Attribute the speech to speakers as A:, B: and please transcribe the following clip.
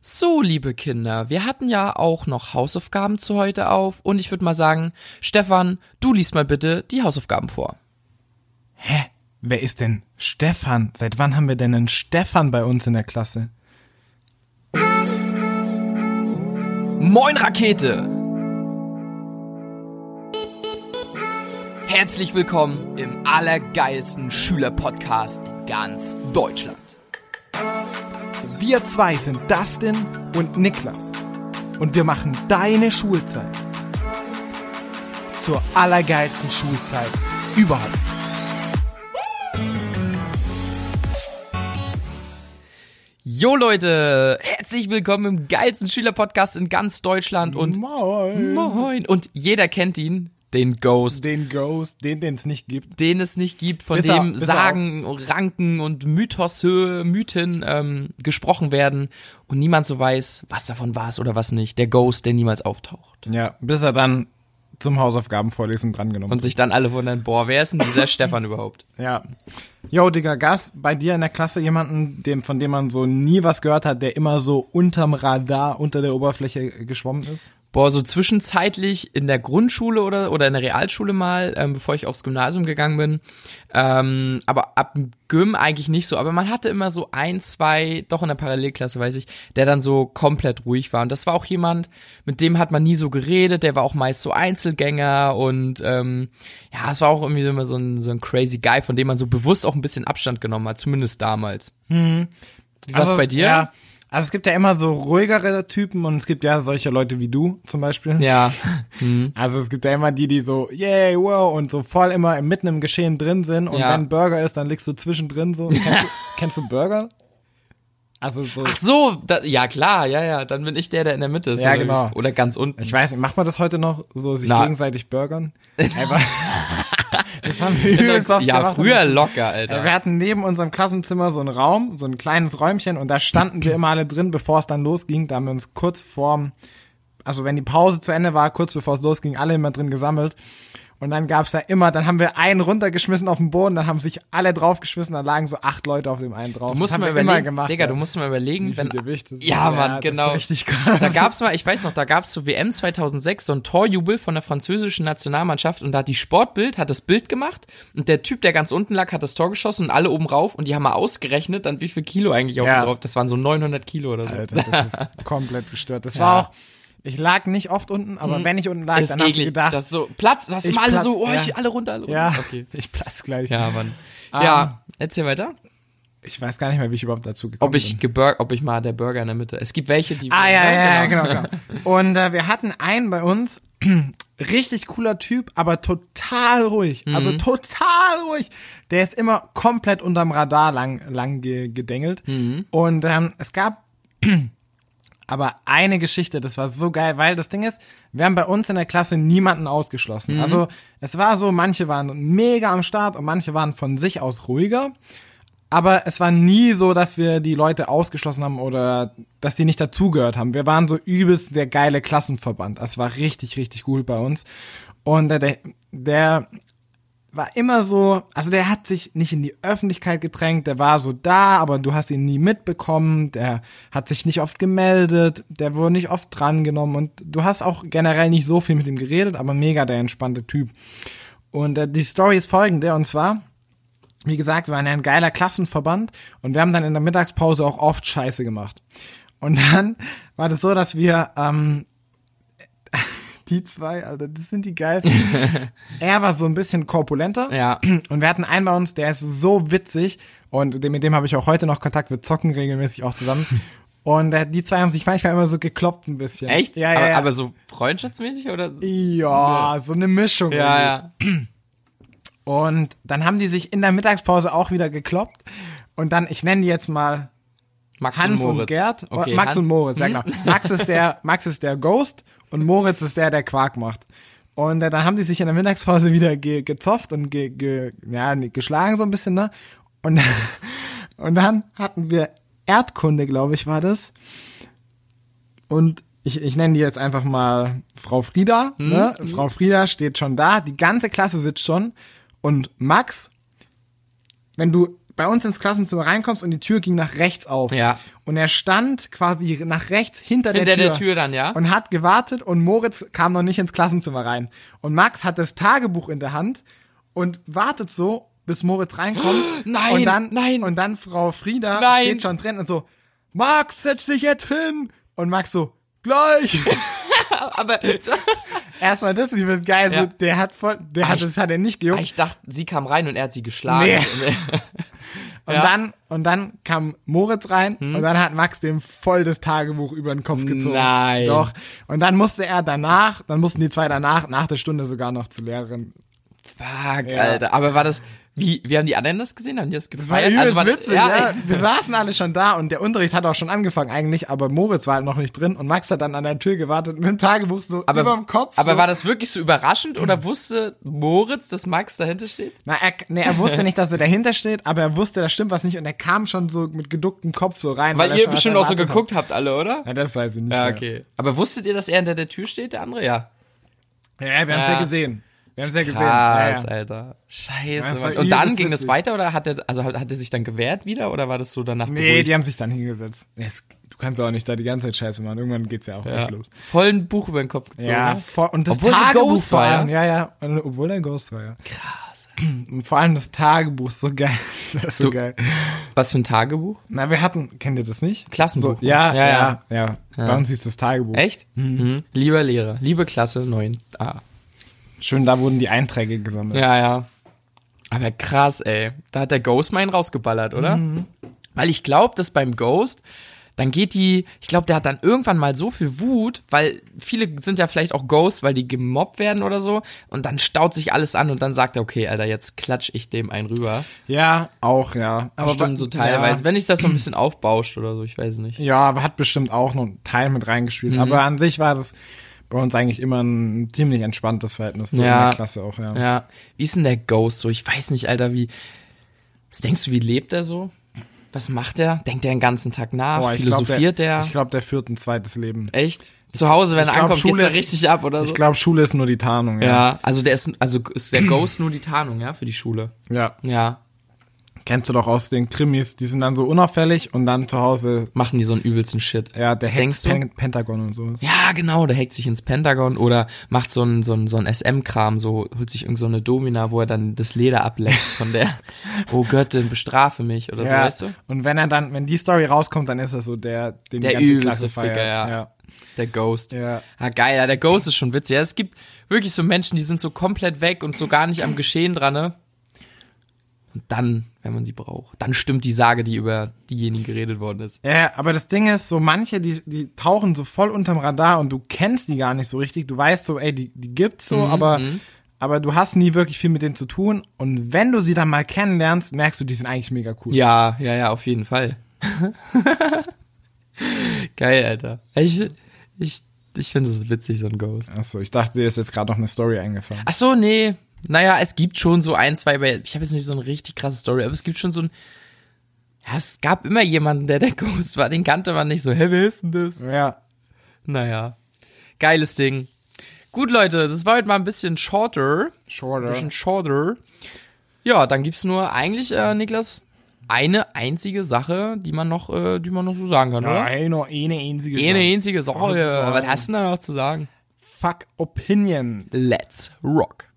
A: So, liebe Kinder, wir hatten ja auch noch Hausaufgaben zu heute auf und ich würde mal sagen, Stefan, du liest mal bitte die Hausaufgaben vor.
B: Hä? Wer ist denn Stefan? Seit wann haben wir denn einen Stefan bei uns in der Klasse?
A: Moin Rakete! Herzlich willkommen im allergeilsten Schülerpodcast in ganz Deutschland.
B: Wir zwei sind Dustin und Niklas. Und wir machen deine Schulzeit zur allergeilsten Schulzeit überhaupt.
A: Jo Leute, herzlich willkommen im geilsten Schülerpodcast in ganz Deutschland und
B: Moin.
A: moin. Und jeder kennt ihn, den Ghost,
B: Den Ghost, den, den es nicht gibt.
A: den es nicht gibt, von
B: Ist er-
A: dem
B: ist er
A: Sagen, Ranken und Mythos, Mythen ähm, gesprochen werden und niemand so weiß, was davon war es oder was nicht. Der Ghost, der niemals auftaucht.
B: Ja, bis er dann zum Hausaufgabenvorlesen drangenommen
A: Und sich dann alle wundern, boah, wer ist denn dieser Stefan überhaupt?
B: Ja. Jo, Digga, gab's bei dir in der Klasse jemanden, dem, von dem man so nie was gehört hat, der immer so unterm Radar, unter der Oberfläche geschwommen ist?
A: Boah, so zwischenzeitlich in der Grundschule oder, oder in der Realschule mal, ähm, bevor ich aufs Gymnasium gegangen bin. Ähm, aber ab dem Gym eigentlich nicht so. Aber man hatte immer so ein, zwei, doch in der Parallelklasse, weiß ich, der dann so komplett ruhig war. Und das war auch jemand, mit dem hat man nie so geredet. Der war auch meist so Einzelgänger und ähm, ja, es war auch irgendwie immer so ein, so ein crazy Guy, von dem man so bewusst auch ein bisschen Abstand genommen hat, zumindest damals. Wie war's bei dir?
B: Also, Ja. Also es gibt ja immer so ruhigere Typen und es gibt ja solche Leute wie du zum Beispiel.
A: Ja.
B: Also es gibt ja immer die, die so, yay, wow, und so voll immer mitten im Geschehen drin sind. Und
A: Ja.
B: wenn Burger ist, dann liegst du zwischendrin so. Kennst du, kennst du Burger? Also so,
A: Ach so, da, ja klar, ja, ja, dann bin ich der, der in der Mitte ist.
B: Ja,
A: oder,
B: genau.
A: Oder ganz unten.
B: ich weiß nicht, macht man das heute noch, so sich
A: Na.
B: gegenseitig burgern? Einfach, das haben wir übelst oft
A: ja,
B: gemacht.
A: früher locker,
B: Ja,
A: Alter.
B: Wir hatten neben unserem Klassenzimmer so einen Raum, so ein kleines Räumchen und da standen wir immer alle drin, bevor es dann losging. Da haben wir uns kurz vorm, also wenn die Pause zu Ende war, kurz bevor es losging, alle immer drin gesammelt. Und dann gab's da immer, dann haben wir einen runtergeschmissen auf den Boden, dann haben sich alle draufgeschmissen, dann lagen so acht Leute auf dem einen drauf.
A: Du musst
B: das haben
A: mal
B: wir
A: überlegen,
B: immer gemacht.
A: Digga, du
B: ja.
A: musst mal überlegen,
B: Wie viel
A: wenn
B: dir wichtig ist.
A: Ja, Mann,
B: das
A: genau.
B: Ist richtig krass.
A: da gab's mal, ich weiß noch, da gab's zur WM 2006 so ein Torjubel von der französischen Nationalmannschaft und da hat die Sportbild hat das Bild gemacht und der Typ, der ganz unten lag, hat das Tor geschossen und alle oben rauf und die haben mal ausgerechnet, dann wie viel Kilo eigentlich auf
B: Ja.
A: dem drauf. Das waren so 900 Kilo oder so.
B: Alter, das ist komplett gestört. Das war auch, ich lag nicht oft unten, aber wenn ich unten lag,
A: Mhm. ist
B: dann habe ich
A: eklig.
B: gedacht,
A: das ist so Platz, das ist
B: Ich
A: immer alle so, oh,
B: platz,
A: ich
B: ja.
A: alle runter, alle runter.
B: ja,
A: Okay.
B: ich platz gleich.
A: Ja, Mann.
B: Ah.
A: ja, erzähl weiter.
B: Ich weiß gar nicht mehr, wie ich überhaupt dazu gekommen
A: Ob
B: bin.
A: ich gebur ob ich mal der Burger in der Mitte. Es gibt welche, die
B: Ah, ja, ja, ja, genau, genau. Und äh, wir hatten einen bei uns, richtig cooler Typ, aber total ruhig. Also total ruhig. Der ist immer komplett unterm Radar lang, lang ge gedengelt. Und ähm, es gab aber eine Geschichte, das war so geil, weil das Ding ist, wir haben bei uns in der Klasse niemanden ausgeschlossen. Also es war so, manche waren mega am Start und manche waren von sich aus ruhiger. Aber es war nie so, dass wir die Leute ausgeschlossen haben oder dass die nicht dazugehört haben. Wir waren so übelst der geile Klassenverband. Das war richtig, richtig cool bei uns. Und der, der, der war immer so, also der hat sich nicht in die Öffentlichkeit gedrängt, der war so da, aber du hast ihn nie mitbekommen, der hat sich nicht oft gemeldet, der wurde nicht oft drangenommen und du hast auch generell nicht so viel mit ihm geredet, aber mega der entspannte Typ. Und äh, die Story ist folgende, und zwar, wie gesagt, wir waren ja ein geiler Klassenverband und wir haben dann in der Mittagspause auch oft Scheiße gemacht. Und dann war das so, dass wir, ähm, die zwei, Alter, das sind die geilsten. er war so ein bisschen korpulenter.
A: Ja.
B: Und wir hatten einen bei uns, der ist so witzig und dem, mit dem habe ich auch heute noch Kontakt. Wir zocken regelmäßig auch zusammen. Und äh, die zwei haben sich manchmal immer so gekloppt ein bisschen.
A: Echt?
B: Ja, ja,
A: aber,
B: ja.
A: aber so freundschaftsmäßig oder?
B: ja, so eine Mischung.
A: Ja,
B: irgendwie.
A: ja.
B: Und dann haben die sich in der Mittagspause auch wieder gekloppt. Und dann, ich nenne die jetzt mal
A: Max
B: Hans
A: und
B: und,
A: Moritz.
B: Gerd. Oh,
A: Okay,
B: Max
A: Han- Hm?
B: und Moritz, ja genau. Max ist, der, Max ist der Ghost und Moritz ist der, der Quark macht. Und äh, dann haben die sich in der Mittagspause wieder ge gezofft und ge ge ja, nee, geschlagen so ein bisschen, ne? Und, und dann hatten wir Erdkunde, glaube ich, war das. Und ich, ich nenne die jetzt einfach mal Frau Frieda.
A: Hm?
B: Ne? Frau Frieda steht schon da, die ganze Klasse sitzt schon. Und Max, wenn du bei uns ins Klassenzimmer reinkommst und die Tür ging nach rechts auf.
A: Ja.
B: Und er stand quasi nach rechts hinter,
A: Hinter
B: der Tür.
A: der Tür dann, ja.
B: Und hat gewartet und Moritz kam noch nicht ins Klassenzimmer rein. Und Max hat das Tagebuch in der Hand und wartet so, bis Moritz reinkommt.
A: Nein,
B: und dann,
A: nein.
B: Und dann Frau Frieda
A: Nein.
B: steht schon drin und so, Max, setz dich jetzt hin. Und Max so, gleich.
A: Aber ah,
B: Erstmal das, wie das geil.
A: Ja.
B: So, der hat voll, der hat,
A: ich-
B: das hat er nicht gejuckt.
A: ich dachte, sie kam rein und er hat sie geschlagen.
B: Nee. Und
A: Ja. Hm?
B: dann, und dann kam Moritz rein und dann hat Max dem voll das Tagebuch über den Kopf gezogen.
A: Nein.
B: Doch. Und dann musste er danach, dann mussten die zwei danach, nach der Stunde sogar noch zur Lehrerin.
A: Fuck, Alter. Aber war das, wie, wie haben die anderen das gesehen? Haben die das
B: Das war
A: gefeiert? Also
B: übelst
A: war das-
B: witzig, ja. Wir saßen alle schon da und der Unterricht hat auch schon angefangen eigentlich, aber Moritz war halt noch nicht drin und Max hat dann an der Tür gewartet mit dem Tagebuch so
A: Aber,
B: überm Kopf.
A: aber
B: so.
A: war das wirklich so überraschend oder wusste Moritz, dass Max dahinter steht?
B: Na, er, nee, er wusste nicht, dass er dahinter steht, aber er wusste, da stimmt was nicht und er kam schon so mit geducktem Kopf so rein.
A: Weil,
B: er
A: ihr
B: schon was
A: bestimmt auch so
B: erwartet hat.
A: geguckt habt, alle, oder?
B: Na, das weiß ich nicht.
A: Ja,
B: mehr.
A: okay. Aber wusstet ihr, dass er hinter der Tür steht, der andere? Ja.
B: Ja, wir haben es ja.
A: Ja.
B: gesehen. Wir haben es ja gesehen. Ja,
A: Krass,
B: ja.
A: Alter. Scheiße.
B: das war
A: Mann. Und dann
B: übelst
A: ging es
B: witzig.
A: weiter oder hat er, also hat, hat er sich dann gewehrt wieder oder war das so danach
B: Nee,
A: beruhigt?
B: die haben sich dann hingesetzt. Es, du kannst auch nicht da die ganze Zeit Scheiße machen. Irgendwann geht's ja auch
A: ja.
B: echt los.
A: Voll ein Buch über den Kopf gezogen.
B: Ja,
A: ne?
B: vor, und das
A: Obwohl sie
B: Tagebuch
A: Ghost
B: vor
A: war,
B: allem, ja, ja. Und, obwohl er Ghost war, ja.
A: Krass.
B: Und vor allem das Tagebuch ist so geil. Das ist so
A: Du-
B: geil.
A: Was für ein Tagebuch?
B: Na, wir hatten, kennt ihr das nicht?
A: Klassenbuch. ne?
B: So, ja,
A: Ja,
B: ja,
A: ja.
B: ja, ja, Bei uns hieß das Tagebuch.
A: Echt? Mhm. Lieber Lehrer, liebe Klasse 9a.
B: Schön, da wurden die Einträge gesammelt.
A: Ja, ja. Aber krass, ey. Da hat der Ghost meinen rausgeballert, oder?
B: Mhm.
A: Weil ich glaube, dass beim Ghost, dann geht die, ich glaube, der hat dann irgendwann mal so viel Wut, weil viele sind ja vielleicht auch Ghosts, weil die gemobbt werden oder so. Und dann staut sich alles an und dann sagt er, okay, Alter, jetzt klatsch ich dem einen rüber.
B: Ja, auch, ja. Aber
A: Bestimmt so teilweise. Wenn ich das so ein bisschen aufbauscht oder so, ich weiß nicht.
B: Ja, aber hat bestimmt auch noch einen Teil mit
A: Mhm.
B: reingespielt. Aber an sich war das bei uns eigentlich immer ein ziemlich entspanntes Verhältnis so
A: Ja.
B: in der Klasse auch, ja.
A: Ja. Wie ist denn der Ghost so? Ich weiß nicht, Alter, wie. Was denkst du, wie lebt er so? Was macht er? Denkt er den ganzen Tag nach?
B: Boah, ich glaub,
A: Philosophiert
B: der,
A: er?
B: Ich glaube, der führt ein zweites Leben.
A: Echt? Zu Hause, wenn er
B: glaub,
A: ankommt, geht's
B: Schule
A: da
B: ist-
A: richtig ab oder so?
B: Ich glaube, Schule ist nur die Tarnung, ja.
A: ja, also der ist, also ist der Ghost nur die Tarnung, ja, für die Schule.
B: ja.
A: Ja,
B: Kennst du doch aus den Krimis, die sind dann so unauffällig und dann zu Hause,
A: machen die so einen übelsten Shit.
B: ja, der
A: Was
B: Hex,
A: denkst du?
B: Pen Pentagon und so.
A: Ja, genau, der hackt sich ins Pentagon oder macht so einen so einen, so einen SM-Kram, so holt sich irgend so eine Domina, wo er dann das Leder ableckt von der, oh Göttin, bestrafe mich oder so, weißt du?
B: Und wenn er dann, wenn die Story rauskommt, dann ist er so der, den
A: Der
B: die ganze
A: übelste
B: Klasse feiert.
A: Ficker, ja.
B: ja.
A: Der Ghost.
B: Ja.
A: Ah, geil, ja, der Ghost ist schon witzig. Ja, es gibt wirklich so Menschen, die sind so komplett weg und so gar nicht am Geschehen dran, ne? Und dann, wenn man sie braucht, dann stimmt die Sage, die über diejenigen geredet worden ist.
B: Ja, aber das Ding ist, so manche, die, die tauchen so voll unterm Radar und du kennst die gar nicht so richtig. Du weißt so, ey, die, die gibt's
A: Mhm,
B: so, aber, aber du hast nie wirklich viel mit denen zu tun. Und wenn du sie dann mal kennenlernst, merkst du, die sind eigentlich mega cool.
A: Ja, ja, ja, auf jeden Fall. geil, Alter. Ich, ich, ich finde es witzig, so ein Ghost.
B: Achso, ich dachte, dir ist jetzt gerade noch eine Story eingefallen.
A: Ach so, nee. Naja, es gibt schon so ein, zwei, bei- ich habe jetzt nicht so eine richtig krasse Story, aber es gibt schon so ein, ja, es gab immer jemanden, der der Ghost war, den kannte man nicht so, hä, wer ist denn das?
B: Ja.
A: Naja, geiles Ding. Gut, Leute, das war heute mal ein bisschen shorter. Ein
B: Shorter.
A: bisschen shorter. Ja, dann gibt's nur eigentlich, äh, Niklas, eine einzige Sache, die man noch, äh, die man noch so sagen kann, oder?
B: Nein, nur eine einzige
A: Eine
B: Sache.
A: einzige Sache.
B: Sozusagen.
A: Was hast du denn da noch zu sagen?
B: Fuck Opinion.
A: Let's rock.